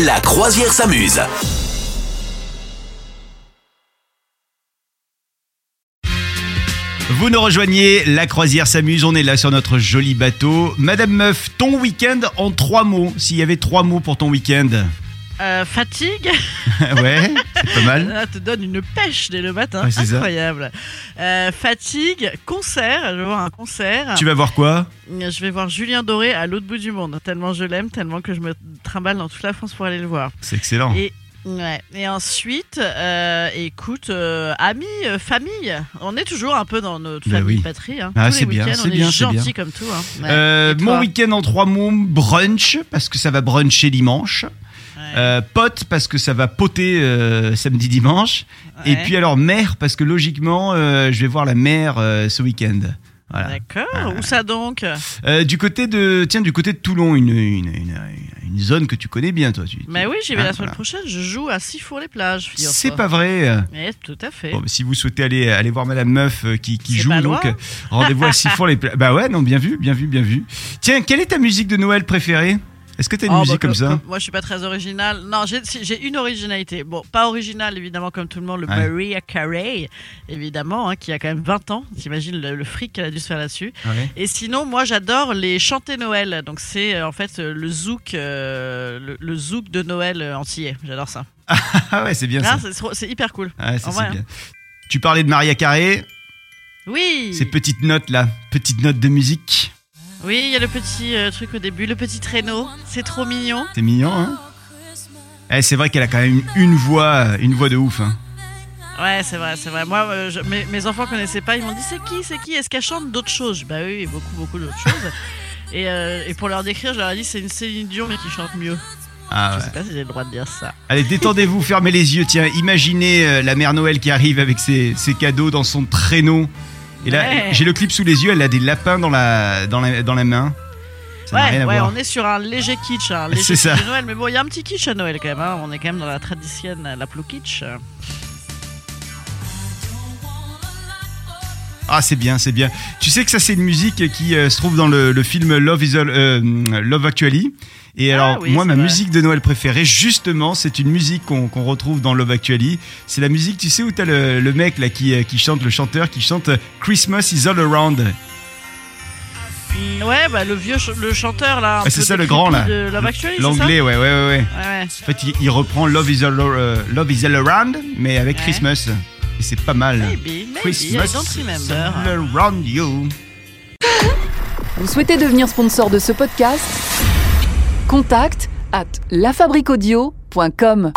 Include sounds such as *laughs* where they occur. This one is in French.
La croisière s'amuse. Vous nous rejoignez, la croisière s'amuse, on est là sur notre joli bateau. Madame Meuf, ton week-end en trois mots, s'il y avait trois mots pour ton week-end. *laughs* Ah Euh, fatigue, ouais, c'est pas mal. ça te donne une pêche dès le matin, Mmh. Ouais, c'est ça. incroyable. Euh, fatigue, concert, je vais voir un concert. Tu vas voir quoi Je vais voir Julien Doré à l'autre bout du monde, tellement je l'aime, tellement que je me trimballe dans toute la France pour aller le voir. C'est excellent. Et, ouais. et ensuite, euh, écoute, euh, amis, euh, famille, on est toujours un peu dans notre Bah famille oui. patrie. Hein. Ah, Tous c'est les bien, week-ends, c'est on bien, est c'est gentil comme tout. hein. Ouais. Euh, Et toi mon week-end en trois mots, brunch, parce que ça va bruncher dimanche. Ouais. Euh, pote, parce que ça va poter euh, samedi dimanche. Et Ouais. puis alors mère, parce que logiquement, euh, je vais voir la mère euh, ce week-end. Voilà. ah. D'accord, où ça donc Euh, du côté de tiens du côté de Toulon une, une, une- une zone que tu connais bien toi tu tu- Mais Bah oui, j'y vais Ah, la semaine voilà. prochaine, je joue à Sifour-les-Plages. figure-toi. c'est pas vrai Ouais, tout à fait. Bon, mais si vous souhaitez aller aller voir Madame Meuf euh, qui, qui C'est joue pas donc loin. euh, rendez-vous à Siphon les Pla- bah ouais non bien vu bien vu bien vu tiens quelle est ta musique de Noël préférée est-ce que t'as une Oh, musique bah, comme ça Moi, je suis pas très originale. Non, j'ai si, j'ai une originalité. Bon, pas originale, évidemment, comme tout le monde, le Ouais. Maria Carey, évidemment, hein, qui a quand même 20 ans. T'imagines le, le fric qu'elle a dû se faire là-dessus. Ah Ouais. Et sinon, moi, j'adore les chanter Noël. Donc, c'est euh, en fait euh, le zouk, euh, le, le zouk de Noël euh, entier. J'adore ça. ah ouais c'est bien Ah, ça, Ah c'est trop- c'est hyper cool. Ouais, ça, en c'est vrai, bien. tu parlais de Maria Carré Oui. ces petites notes là petites notes de musique Oui, il y a le petit euh, truc au début, le petit traîneau. C'est trop mignon. c'est mignon hein Eh, c'est vrai qu'elle a quand même une voix une voix de ouf hein. Ouais, c'est vrai, c'est vrai. Moi, euh, je- mes, mes enfants connaissaient pas. Ils m'ont dit c'est qui, c'est qui Est-ce qu'elle chante d'autres choses Je dis, Bah oui, beaucoup, beaucoup *laughs* d'autres choses. Et, euh, et pour leur décrire, je leur ai dit c'est une Céline Dion mais qui chante mieux. ah Je ouais sais pas si j'ai le droit de dire ça. Allez, détendez-vous, fermez les yeux. Tiens, imaginez euh, la mère Noël qui arrive avec ses, ses cadeaux dans son traîneau. Et là, Ouais. j'ai le clip sous les yeux, elle a des lapins dans la, dans la, dans la main. Ça n'a rien ouais, à ouais, voir. on est sur un léger kitsch, hein, un léger C'est kitsch ça. de Noël. Mais bon, il y a un petit kitsch à Noël quand même. hein. On est quand même dans la traditionnelle, la plus kitsch. Ah, c'est bien, c'est bien. Tu sais que ça, c'est une musique qui euh, se trouve dans le, le film Love, is All- euh, Love Actually. Et Ah alors, oui, moi, c'est ma vrai. musique de Noël préférée, justement, c'est une musique qu'on qu'on retrouve dans Love Actually. C'est la musique, tu sais, où t'as le, le mec là qui, euh, qui chante, le chanteur qui chante euh, Christmas is all around. Mm, Ouais, bah le vieux, ch- le chanteur là. un Ouais, c'est peu ça, le creepy grand, là. De Love Actually, c'est ça L'anglais, ouais, ouais, ouais. ouais. Ouais, ouais. En fait, il, il reprend Love is, all, euh, Love is All Around, mais avec Ouais. Christmas. Et c'est pas mal. Maybe, maybe. I don't remember. All Around You. Vous souhaitez devenir sponsor de ce podcast Contact à lafabriquaudio.com.